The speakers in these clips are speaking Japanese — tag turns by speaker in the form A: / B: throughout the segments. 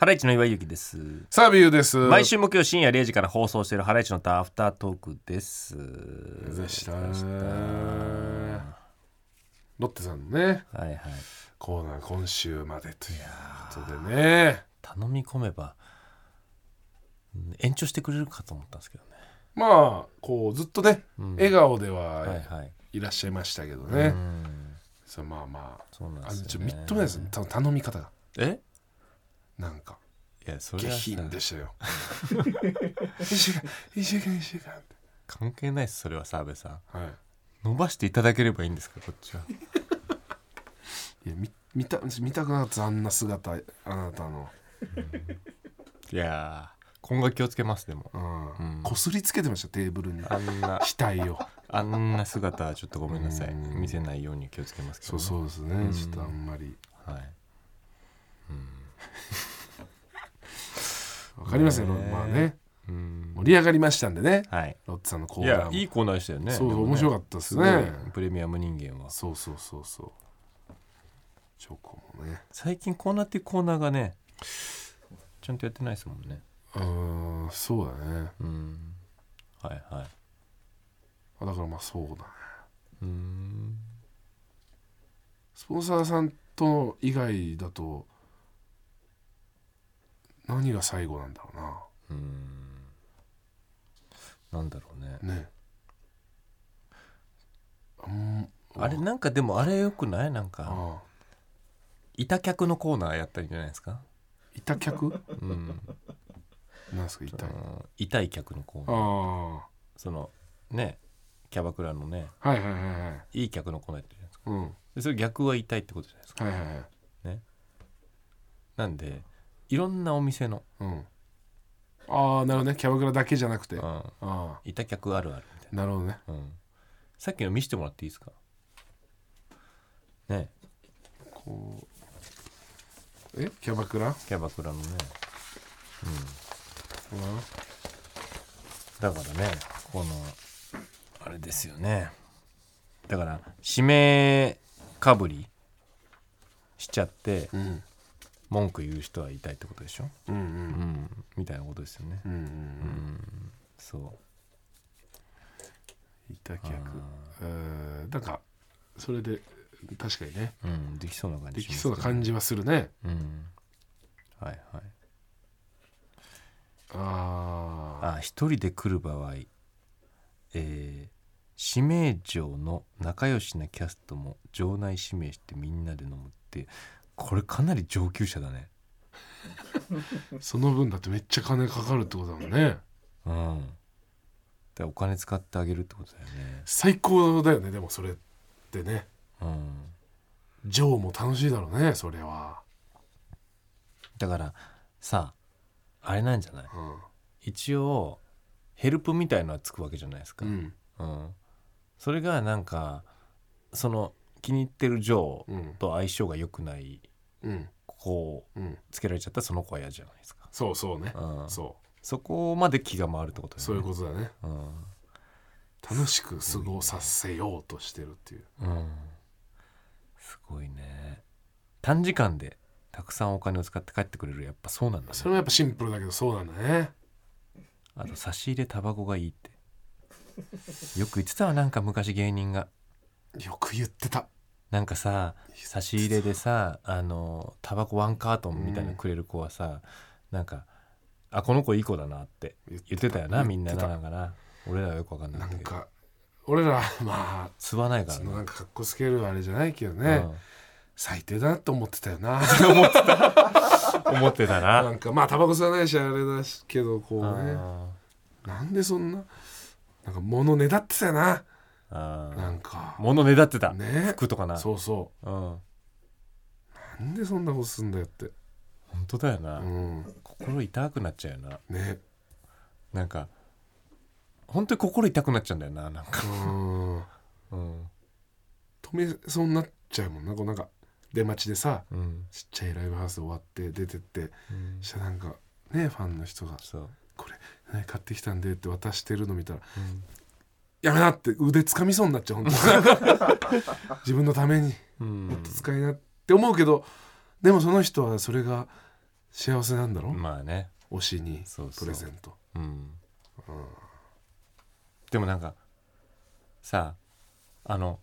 A: ライチの岩井ゆきです。
B: サービューです。
A: 毎週木曜深夜0時から放送しているハライチのターンアフタートークです。
B: でした。ロッテさんのね、
A: はいはい。
B: コーナー今週までということでね。
A: 頼み込めばうん延長してくれるかと思ったんですけどね。
B: まあ、こうずっとね、
A: うん
B: 笑顔で
A: はい
B: は
A: はい。
B: いらっしゃいましたけどね。
A: うん
B: そうまあま
A: そうなん
B: あ、
A: で
B: あのち
A: す
B: ょ
A: よ、
B: み
A: ね。
B: っともないです。た頼み方が
A: え？
B: なんか
A: いやそれ
B: 下
A: はさ
B: 品でしたよ。一週間、一週間、一週間って。
A: 関係ないですそれは澤部さん。
B: はい。
A: 伸ばしていただければいいんですかこっちは。
B: いや見見た見たくなかったあんな姿あなたの、
A: いやー今後は気をつけますでも。
B: うん
A: うん
B: こすりつけてましたテーブルに
A: あんな
B: 額を
A: あんな姿はちょっとごめんなさい
B: うん
A: 見せないように気をつけますけど、
B: そう
A: ね。
B: そうですね、
A: ん
B: ちょっとあんまり
A: はい。
B: わかりますよ、
A: ね
B: まあね
A: うん。
B: 盛り上がりましたんでね
A: はい。
B: ロッツさんのコ
A: い
B: ーナー
A: や
B: も
A: いいコーナーでしたよね。
B: そう
A: で
B: そう
A: もね
B: 面白かったです
A: すごい
B: ね
A: プレミアム人間は
B: そうそうそうそうチョコもね
A: 最近コーナーっていうコーナーがねちゃんとやってないですもんね
B: うーんそうだね
A: うんはいはい
B: あだからまあそうだね
A: うん
B: スポンサーさんと以外だと何が最後なんだろう
A: うんなんだろうね
B: なねうん
A: あれなんかでもあれよくないなんか
B: ああ
A: いた客のコーナーやったりじゃないですか
B: いた客
A: うん
B: なんですかいたあ
A: 痛い客のコー
B: あ
A: ナーそのねキャバクラのね
B: はいはいはいはい
A: いい客のコーナーやってるじゃないですか
B: うんは
A: でそれ逆は痛いってことじゃないですか
B: いはいはい
A: なんでいろんなお店の、
B: うんああなるほどねキャバクラだけじゃなくて
A: う
B: あ
A: ん、
B: あ
A: いた客あるあるみたいな
B: なるほどね
A: うん、さっきの見せてもらっていいですかね
B: こうえキャバクラ
A: キャバクラのね
B: うん
A: だからねこのあれですよねだから指名かぶりしちゃって
B: うん
A: 文句言う人はいたいってことでしょ、
B: うんう
A: うんん、みたいなことですよね
B: うんうん
A: そ
B: いた客うんなんかそれで確かにね
A: う、うん、できそうな感じ
B: で
A: し
B: き
A: ます
B: そうな感じはするね
A: うんはいはい
B: ああ
A: あ一人で来る場合えー指名状の仲良しなキャストも場内指名してみんなで飲むってこれかなり上級者だね
B: その分だってめっちゃ金かかるってことだもんね
A: うんでお金使ってあげるってことだよね
B: 最高だよねでもそれってね
A: うん
B: ジョーも楽しいだろうねそれは
A: だからさあれなんじゃない
B: うん
A: 一応ヘルプみたいのはつくわけじゃないですか、
B: うん
A: うんそれがなんかその気に入ってるジョー
B: うん
A: と相性が良くない
B: うん
A: 子を
B: うん
A: つけられちゃったらその子は嫌じゃないですか、
B: そうそうね
A: うん、そ
B: そ
A: こまで気が回るってこと
B: う
A: だ
B: そうい
A: よ
B: う
A: ね
B: ことだね楽しく過ごさせようとしてるっていう
A: うん、うん、すごいね短時間でたくさんお金を使って帰ってくれるやっぱそうなんだね
B: それもやっぱシンプルだけどそうなんだね
A: あと差し入れタバコがいいってよく言ってたわなんか昔芸人が
B: よく言ってた
A: なんかさ差し入れでさあのタバコワンカートンみたいなのくれる子はさ、なんかあこの子いい子だなって
B: 言っ
A: 言ってたよなみんな
B: 言って
A: な
B: た
A: なんかな俺らはよくわかんない
B: なん
A: けど
B: か俺らまあ
A: 吸わないから
B: そ
A: ね
B: のなんかかっこつけるあれじゃないけどね、
A: うん
B: 最低だなと思ってた よな
A: 思ってた
B: な
A: な。
B: んかまあタバコ吸わないしあれだしけどこうね
A: あ
B: なんでそんななんか物ねだってたよな
A: ーあー
B: なんか
A: 物ねだってた。
B: ね
A: 服とかな。うん。
B: そうそ
A: 本
B: うなんでそんなことすんだよって
A: 当だよ
B: う
A: な。
B: ん
A: 心痛くなっちゃうよな。
B: ね
A: なんか本当に心痛くなっちゃうんだよな。なんか。
B: うん
A: うん。
B: 止めそうになっちゃうもんなこうなんか出待ちでさ
A: うん。
B: ちっちゃいライブハウス終わって出てって
A: うん
B: したらなんかねファンの人が
A: そう。
B: 「これ、ね、買ってきたんで」って渡してるの見たら
A: うん
B: 「やめな」って腕掴みそうになっちゃう本当に自分のために
A: うん
B: もっと使いなって思うけどでもその人はそれが幸せなんだろ、
A: まあね
B: 推しに
A: そうそう
B: プレゼント
A: うんでもなんかさあの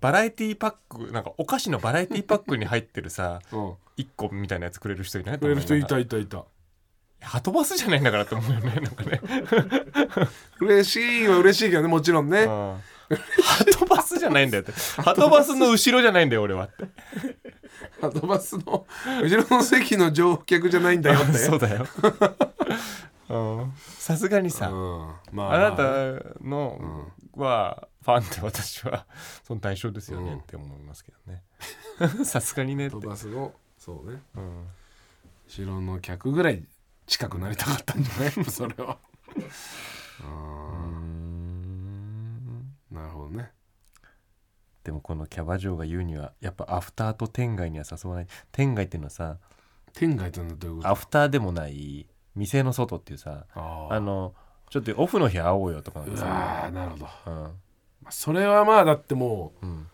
A: バラエティパックなんかお菓子のバラエティパックに入ってるさ
B: うん
A: 1個みたいなやつくれる人いない
B: くれる人いた
A: い
B: いたいた
A: はとバスじゃないんだからって思うよ ねなんかね
B: 嬉しいは嬉しいけどねもちろんね
A: はとバスじゃないんだよってはとバスの後ろじゃないんだよ俺はって
B: アドバスの後ろの席の乗客じゃないんだよっ て
A: そうだようんさすがに
B: う
A: さ
B: んま
A: あな
B: まあ
A: たのはファンって私はその対象ですよねって思いますけどね さすがにねっ
B: ア
A: て
B: ド、バスのそうね
A: うん
B: 後ろの客ぐらい近くなりたかったんじ ゃないそれはうんなるほどね
A: でもこのキャバ嬢が言うにはやっぱアフターと天外には誘わない天外っていうのはさ
B: 天外というのはどういうこと
A: アフターでもない店の外っていうさ
B: あー
A: あのちょっとオフの日会おうよとかなんかさ、
B: あーなるほど、ま
A: うん
B: あ、それはまあだってもう
A: うん、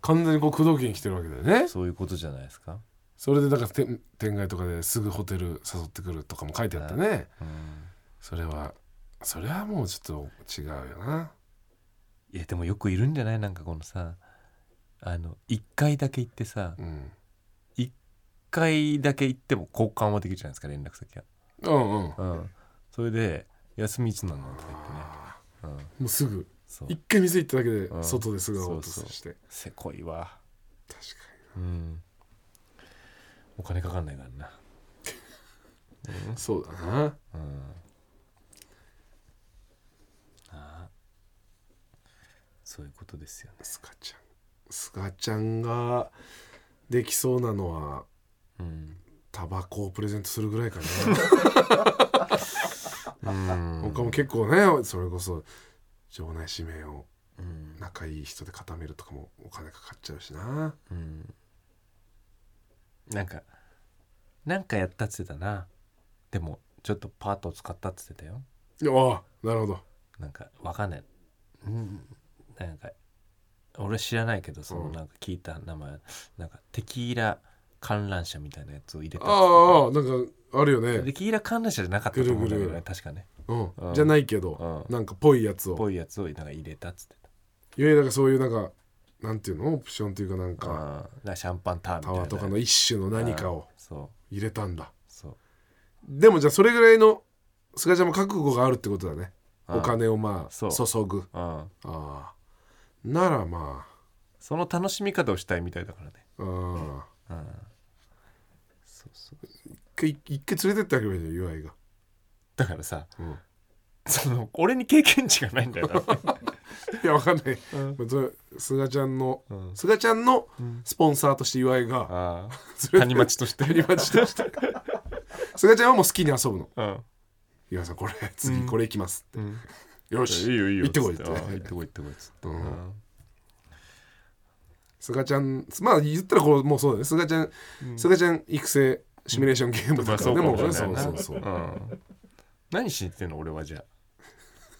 B: 完全にこう口説きに来てるわけだよね
A: そういうことじゃないですか、
B: それでだからてん天外とかですぐホテル誘ってくるとかも書いてあったね
A: うん、
B: それはそれはもうちょっと違うよない
A: やでもよくいるんじゃないなんかこのさあの1回だけ行ってさ
B: うん
A: 1回だけ行っても交換はできるじゃないですか連絡先は、
B: うんう
A: う
B: ん
A: ん、それで「休みいつなの?」とか
B: あ
A: 言ってね、うん、
B: ーもうすぐ
A: そう
B: 一回店行っただけで
A: うん
B: 外ですぐ会おうと
A: そうそう
B: して、
A: せこいわ
B: 確か
A: うんお金かかんないからな
B: にそうだな
A: うんああそういうことですよね
B: スカちゃんスカちゃんができそうなのは
A: うん
B: タバコをプレゼントするぐらいかな
A: うん
B: 他も結構ねそれこそ場内指名を
A: うん
B: 仲いい人で固めるとかもお金かかっちゃうしな
A: うんなんかなんかやったっつってたなでもちょっとパートを使ったっつってたよ
B: いやああなるほど
A: なんかわかんない、なんか俺知らないけどその
B: うん
A: なんか聞いた名前、なんかテキーラ観覧車みたいなやつを入れた
B: あ
A: っつって
B: あああなんかあるよ
A: たテ
B: ね、
A: キーラ観覧車じゃなかったと思うんだけど
B: ぐるぐ
A: ね
B: る
A: 確かね
B: うん
A: うん
B: じゃないけど、
A: うん
B: なんかぽいやつを
A: ぽいやつをなんか入れたっつってた
B: いわゆるなんかそういうなんかなんていうのオプションというかなん
A: うん
B: か
A: なんかシャンパンタワーみた
B: タ
A: いな
B: ワーとかの一種の何かを
A: そう
B: 入れたんだ
A: そう
B: でもじゃあそれぐらいのスカちゃんも覚悟があるってことだね
A: うん
B: お金をまあ
A: そ
B: 注
A: う
B: ぐ
A: うん
B: ああならま
A: その楽しみ方をしたいみたいだからね
B: あうん
A: うんそうそう
B: 一回一回連れてってあげればいいじゃん岩井が、
A: だからさ
B: うん、
A: その俺に経験値がないんだよな
B: いやわかんない、
A: うん
B: まあそれスガちゃんの、
A: うん
B: スガちゃんのスポンサーとして岩井が
A: ああ
B: 連
A: 谷町として
B: れて谷町として スガちゃんはもう好きに遊ぶの
A: うん
B: 岩井さんこれ次これ行きますって、
A: うん
B: よ
A: い
B: し
A: いよいいよ
B: 行ってこい
A: つ
B: って
A: ああ行ってこい行ってこいっつって、
B: うん
A: うん
B: スガちゃんまあ言ったらこうもうそうだねスガちゃん、スガちゃん育成シミュレーションゲーム
A: ま
B: だ
A: あ
B: から
A: そう
B: ね、
A: かも
B: もう
A: し
B: ね
A: れ
B: そう
A: ない
B: そ
A: な
B: うそう
A: うん何しに行ってんの俺はじゃ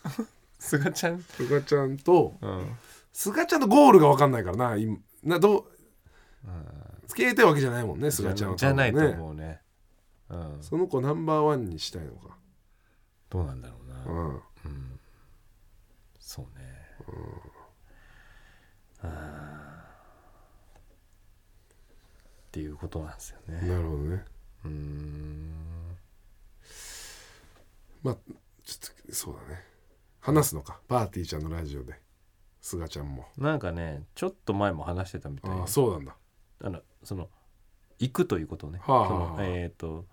A: あ すがちゃん
B: スガちゃんと
A: うん
B: スガちゃんのゴールが分かんないからな今などう付き合いたいわけじゃないもんねスガちゃんは、ね、
A: じゃないと思うねうん
B: その子ナンバーワンにしたいのか
A: どうなんだろう
B: う
A: なんうんそうねあーっていうことなんですよね
B: なるほどね
A: うーん
B: まあちょっとそうだね話すのかパーティーちゃんのラジオでスガちゃんも
A: なんかねちょっと前も話してたみたい
B: あ
A: な
B: あそうなんだ
A: あのその行くということをね、
B: はあはあ
A: そのえっ、と、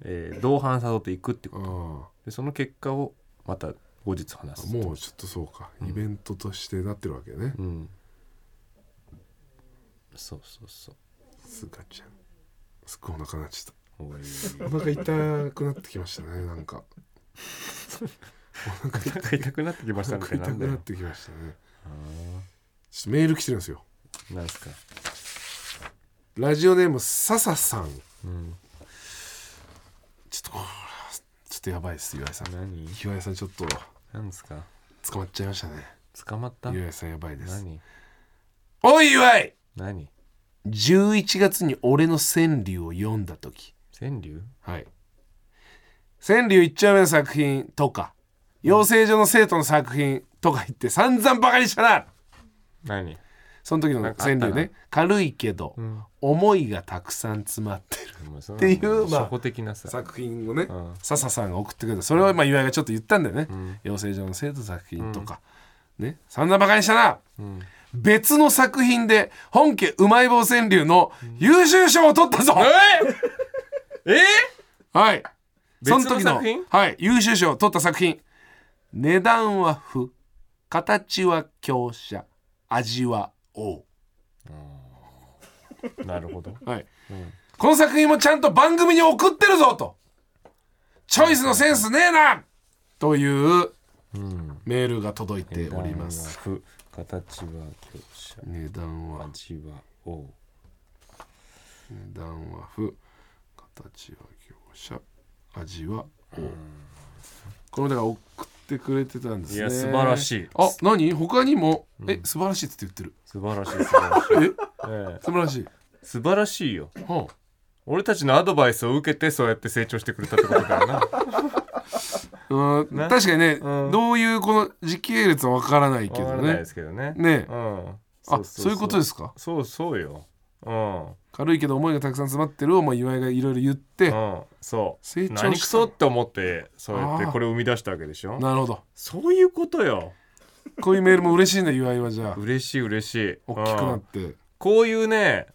A: えー同伴誘って行くって
B: あ
A: こ
B: あ
A: とでその結果をまた後日話す
B: もうちょっとそうか
A: うん
B: イベントとしてなってるわけね
A: うんそうそうそう
B: スガちゃんすっごいお腹なっちゃっ
A: おい
B: たお腹痛くなってきましたねなんかお腹
A: お
B: 痛
A: 腹痛くなってきましたみたいな
B: 痛
A: んだ
B: くな
A: よ
B: ってきましたね
A: あ
B: ちょっとメール来てるんですよ
A: ーなんすか
B: ラジオネーム笹さん
A: うん
B: ちょっとこれはちょっとやばいです岩井さん
A: 何
B: 岩井さんちょっと
A: なんすか
B: 捕まっちゃいましたね
A: 捕まった
B: 岩井さんやばいです
A: 何
B: おい岩井
A: 何
B: 11月に俺の川柳を読んだ時
A: 川柳
B: はい川柳一丁目の作品とか養成所の生徒の作品とか言って散々バカにしたな
A: 何
B: その時の
A: なんかあ
B: 川
A: ったな
B: 柳ね軽いけど、
A: ん
B: 思いがたくさん詰まってる
A: っ
B: っていうまあ
A: 初歩的なさ
B: 作品をね
A: うん
B: 笹さんが送ってくれたそれをまあ岩井がちょっと言ったんだよね、養成所の生徒の作品とか、ね散々バカにしたな、別の作品で本家うまい棒川柳の優秀賞を取ったぞ、
A: えー、
B: はい
A: 別の
B: その時の
A: 作品
B: はい、優秀賞を取った作品値段は不形は強者味は王、
A: なるほど
B: はいこの作品もちゃんと番組に送ってるぞとチョイスのセンスねえなという
A: うん
B: メールが届いております
A: 値段は不形は強者
B: 値段は
A: 味は王
B: 値段は不形は強者味は王、これだから送ってくれてたんですね
A: いや素晴らしい
B: あ何他にも、え素晴らしいって言ってる
A: 素晴らしい素晴らしい、
B: え
A: え
B: 素晴らしい、
A: え 素晴らしいよ
B: は
A: 俺たちのアドバイスを受けてそうやって成長してくれたってことだ よな
B: あ、うん
A: ね
B: 確かにね、
A: うん
B: どういうこの時系列はわからないけ
A: わか
B: ど
A: らない
B: ね
A: ですけどね
B: ね
A: うん
B: あそういうことですすか
A: そうそうようん
B: 軽いけど思いがたくさん詰まってるをまあ岩井がいろいろ言って
A: うんそう
B: 成長した
A: 何くそって思ってそうやって
B: あー
A: これを生み出したわけでしょ
B: なるほど
A: そういうことよ
B: こういうメールも嬉しいんだ岩井はじゃあ
A: 嬉しい嬉しい
B: 大きくな
A: う
B: っ
A: ん
B: て
A: こういうね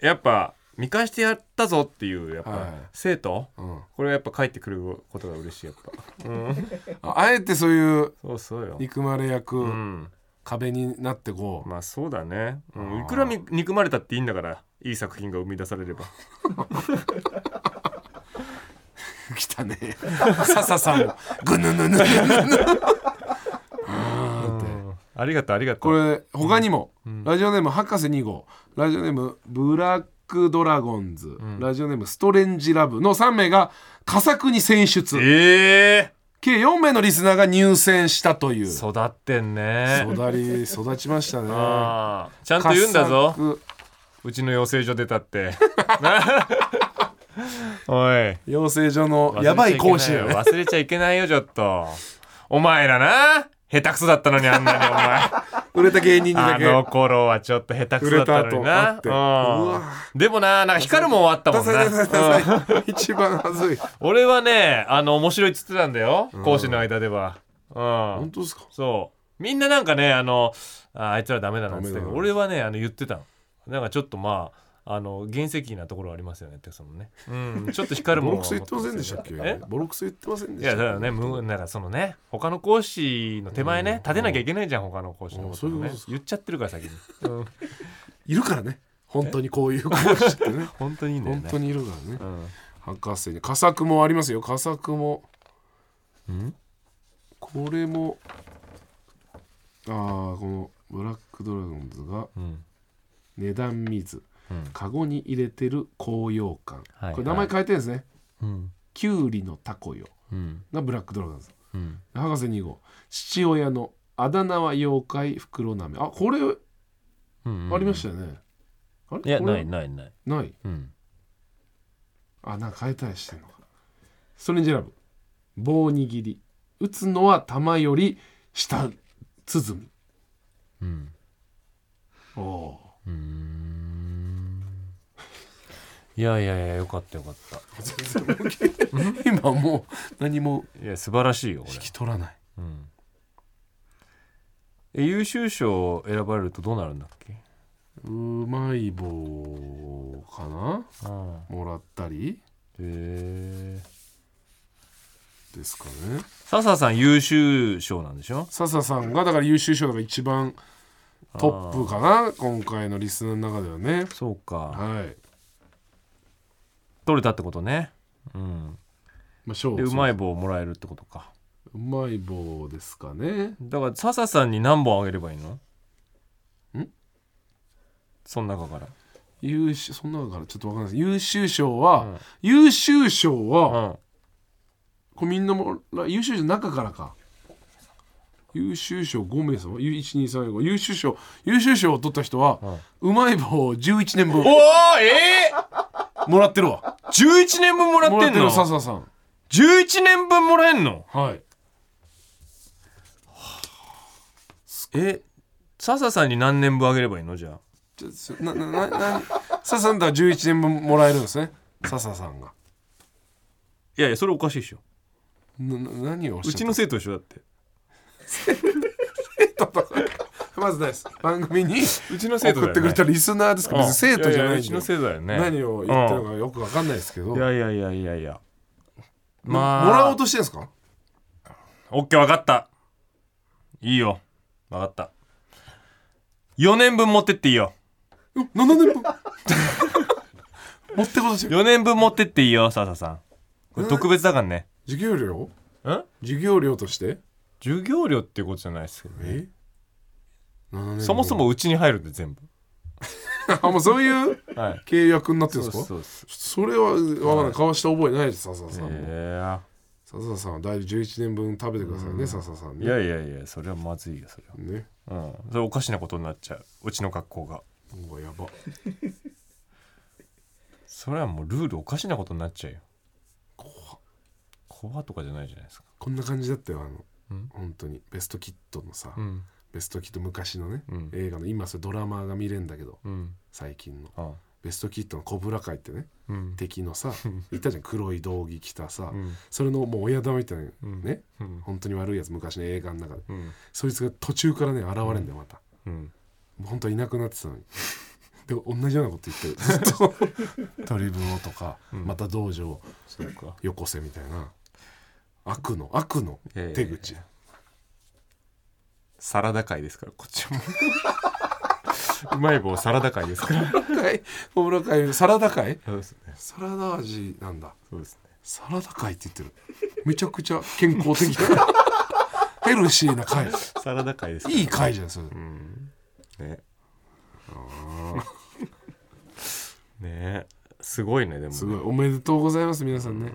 A: やっぱ見返してやったぞっていうやっぱ、
B: はい
A: 生徒
B: うん
A: これはやっぱ帰ってくることが嬉しいやっぱ、うん、
B: ああえてそういう
A: そうそうよ、
B: 憎まれ役、
A: うん、
B: 壁になってこう、
A: まあそうだね、う
B: あー
A: ん、いくらみ憎まれたっていいんだからいい作品が生み出されれば
B: 来たね 笹さんもぐぬぬぬぬぬぬ
A: ありがとうありがとう
B: これ他にも、ラジオネーム博士2号ラジオネームブラックドラゴンズ、ラジオネームストレンジラブの3名が佳作に選出
A: ええ
B: 計4名のリスナーが入選したという育
A: 育ってんね
B: り育ちましたね
A: あーちゃんと言うんだぞ
B: 佳作
A: うちの養成所出たって おい
B: 養成所のやばい講師だよね
A: 忘れちゃいけないよちょっとお前らな下手くそだったのにあんなにお 前
B: 売れた芸人にだ
A: あ
B: け
A: の頃はちょっと下手くそだったのにな
B: 売れた後あ
A: うんでもななんか光るもん終わったも
B: ダ
A: ん
B: サいダ
A: な
B: サいダサい一番 恥ずい
A: 俺はねあの面白いっつってたんだよ、講師の間ではう
B: 本
A: ん
B: 当ですか
A: そうみんななんかねあのああいつらダメだなっつってた
B: ダ
A: け
B: メだ
A: ど
B: な
A: 俺はねあの言ってたのなんかちょっとまああの原石なところありますよねってそのね、うん、ちょっと光る
B: ボ
A: もん
B: ロクソ言ってませんでしたっ
A: え
B: けボロクソ言ってません
A: い
B: でした
A: や
B: っ
A: だ
B: け
A: からねむなんかそのね他の講師の手前ね立てなきゃいけないじゃん他の講師のことを
B: うんそういうこと
A: ね
B: ですか
A: 言っちゃってるから先に、うん、
B: いるからね本当にこういう講師ってね
A: 本当にいいんだよ
B: 本
A: ね
B: 当にいるからね
A: うん
B: 博士に佳作もありますよ佳作も
A: ん
B: これもああこのブラックドラゴンズが
A: うん
B: 値段見ず、
A: うん
B: カゴに入れてる高揚感、
A: はい
B: これ名前変えてるんですね
A: うん
B: 「キュウリのタコよ
A: うん」
B: がブラックドラゴンズ
A: うん
B: 博士2号父親のあだ名は妖怪袋なめあこれ
A: うん
B: ありましたよね、あ
A: い
B: れ
A: や
B: これ
A: ないないない、
B: ない
A: うん、
B: あなんか変えたりしてんのかストレンジラブ棒握り打つのは球より下鼓
A: うん
B: おお
A: うーんいやいやいやよかったよかった
B: ー今もう何も
A: いや素晴らしいよこ
B: 引き取らない
A: れ、うん、え優秀賞を選ばれるとどうなるんだっけ
B: うまい棒かな
A: あ
B: もらったり
A: へえ
B: ですかね
A: 笹さん優秀賞なんでしょ
B: 笹さんがだから優秀賞だから一番トップかな今回のリスナーの中ではね
A: そうか
B: はい
A: 取れたってことねうん
B: まあ賞
A: でうまい棒をもらえるってことか
B: うまい棒ですかね
A: だから笹さんに何本あげればいいの
B: ん
A: その中から
B: 優秀そんなのからちょっとわかんないです優秀賞は、
A: うん
B: 優秀賞は、
A: うん
B: これみんなもら優秀賞の中からか優秀賞5名様ゆ1235優秀賞優秀賞を取った人は、うまい棒11年分
A: おおえ
B: もらってるわ
A: ー、11年分もらっ
B: もら
A: て
B: っ
A: ん
B: て
A: の
B: る笹さん
A: ?11 年分もらえんの
B: はい
A: え笹さんに何年分あげればいいのじゃあ
B: ちょすななな な笹さんとは11年分もらえるんですね笹さんが
A: いやいやそれおかしいでしょ
B: なな何をおっしゃ
A: う
B: って
A: ちの生徒でしょだって
B: まずないです番組に
A: うちの生徒
B: 送ってくれたリスナーですか
A: うん
B: 別に生徒じゃ
A: やや
B: ないん
A: う
B: で
A: ちの生徒だよね
B: 何を言ってるのかよくわかんないですけど
A: うんい
B: も
A: やいやいやいやいやまあ
B: らおうとしてるんですか
A: オッケー分かったいいよ分かった4年分持ってっていいよ
B: 7年分持ってこじ
A: 4年分持ってっていいよ笹さんこれ特別だからね
B: 授業料
A: ん
B: 授業料として
A: 授業料っていうことじゃないですけどね
B: え7年
A: そもそもうちに入るんで全部
B: 分あもうそういう
A: はい
B: 契約になってるんですか
A: そう
B: そ
A: そうです
B: れはわからない交わした覚えないです笹さんも
A: え
B: 笹さんは大体11年分食べてくださいね笹さん
A: え
B: ね
A: いやいやいやそれはまずいよそれは
B: ね
A: うん、それおかしなことになっちゃううちの学校が
B: うわやば
A: それはもうルールおかしなことになっちゃうよ怖とかじゃないじゃないですか
B: こんな感じだったよあの
A: うん
B: 本当にベストキッドのさ
A: うん
B: ベストキッド昔のね
A: うん
B: 映画の今それドラマが見れるんだけど
A: うん
B: 最近の
A: あ
B: ベストキッドのコブラ会ってね
A: うん
B: 敵のさいたじゃん黒い道着着たさ
A: うん
B: それのもう親玉みたいな
A: うん
B: ね
A: うん
B: 本当に悪いやつ昔の映画の中で
A: うん
B: そいつが途中からね現れんだよまた
A: うん
B: もう本当はいなくなってたのにで同じようなこと言ってるず っとドリブルをとか
A: ん
B: また道場
A: そうか
B: よこせみたいな悪の悪の手口、
A: サラダ会ですからこっ ちもうまい棒サラダ会ですから
B: はい小室会サラダ会
A: そうですね
B: サラダ味なんだ
A: そうですね
B: サラダ会って言ってるめちゃくちゃ健康的なヘルシーな会
A: サラダ会です
B: いい会じゃんそれ、
A: うんね ねすごいねでもね
B: すごいおめでとうございます皆さんね、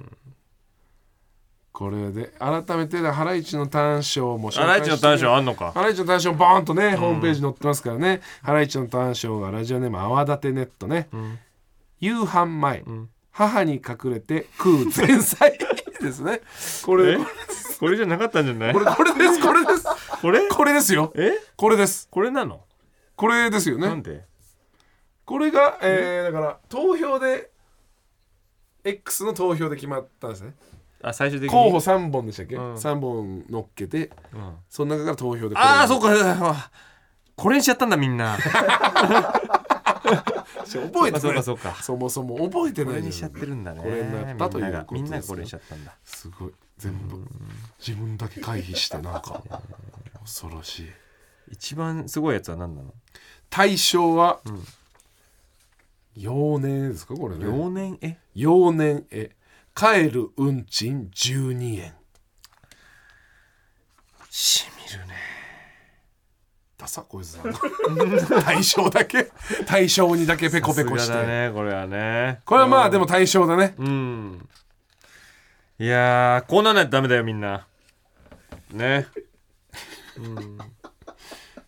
B: これで改めてハライチの短所も紹
A: あライチ
B: 介し
A: の
B: て
A: 短所あんのか
B: ハライチの短所バーンとね、ホームページに載ってますからねハライチの短所がラジオネーム泡立てネットね、夕飯前、母に隠れて食う 前菜ですねこれ
A: え
B: こ
A: これじゃなかったんじゃない
B: れこれですこれです
A: これ
B: これですよ
A: え
B: これです
A: これなの
B: これですよ
A: なん
B: ね
A: で
B: これが、えー、だから投票で X の投票で決まったんですね
A: あ最終的に
B: 候補3本でしたっけ、
A: うん
B: 三3本乗っけて
A: うん
B: その中から投票で
A: ああそう
B: う
A: かこれにしちゃったんだみんな
B: 覚えて
A: そうか
B: ない
A: そうか
B: そもそも覚えて
A: こ
B: な
A: れ
B: い
A: にし
B: じ
A: ち
B: ゃ
A: ゃっ
B: ん
A: てるんだね
B: これになったというこ
A: み
B: とですね
A: んなみんながこれにしちゃったんだ
B: すごい全部自分だけ回避してな んか恐ろしい
A: 一番すごいやつは何なの
B: 対象は、幼年ですかこれね
A: 幼年え
B: 幼年へ帰る運賃12円
A: しみるね
B: ダサこいつな んか対象だけ対象にだけペコペコし
A: さすが
B: て、
A: だねこれはね
B: これはまあでも対象だね
A: うんいやーこうなんないとダメだよみんなね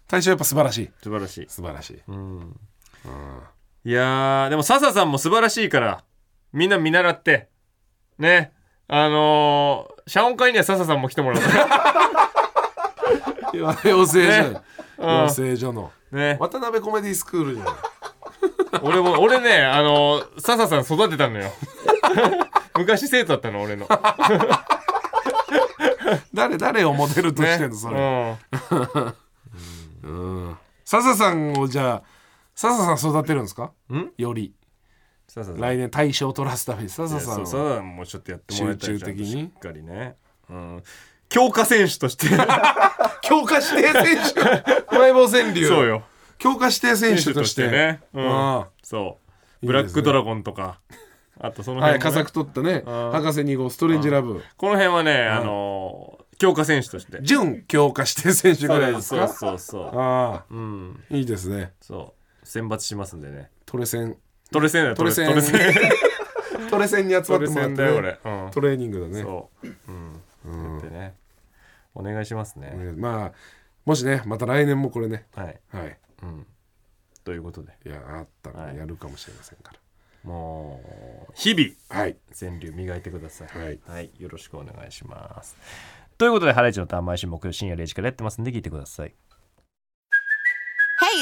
B: 対象やっぱ素晴らしい
A: 素晴らしい
B: 素晴らしい
A: うんいやーでも笹さんも素晴らしいからみんな見習ってねあのー、謝恩会には笹さんも来てもら った
B: 養成所
A: ね
B: よ養成所の
A: ね
B: 渡辺コメディスクールじゃない
A: 俺も俺ねあのー、笹さん育てたのよ 昔生徒だったの俺の
B: 誰誰をモデルとしてんのそれ
A: ね
B: うん笹さんをじゃあ笹さん育てるんですか
A: ん
B: より
A: 笹さん
B: 来年大賞を取らすために笹
A: そ
B: さ
A: うんそう
B: を
A: そうもうちょっとやってもらいたい
B: 集中的に
A: ちゃんとしっかりね、うん、強化選手と して
B: 強化指定選 手前棒川柳
A: そうよ
B: 強化指定選手として
A: ね、う
B: あ
A: ん
B: あ、
A: そう
B: いいですね
A: ブラックドラゴンとかあとその辺もね、
B: はい佳作取ったね
A: うん
B: 博士2号ストレンジラブ
A: この辺はね、あのー強化選手として
B: 準強化指定選手ぐらいです
A: そう
B: か
A: そうそう
B: あ
A: う、ん、
B: あいいですね
A: そう選抜しますんでね
B: トレセン
A: トレセンだよ
B: トレセン
A: トレセン
B: トレセンに集ま
A: ト
B: って
A: レ
B: も
A: セ
B: らって
A: ン
B: ね
A: だよ俺、うん
B: トレーニングだね
A: そう、うん、やってねお願いしますね、
B: まあもしねまた来年もこれね
A: はい、
B: はい
A: うん、ということで
B: いやあったら
A: はい
B: ねやるかもしれませんから
A: もう日々
B: はい
A: 川柳磨いてください
B: はい
A: よろしくお願いしますということでハライチのターン毎週木曜深夜0時からやってますんで聞いてください
C: Hey,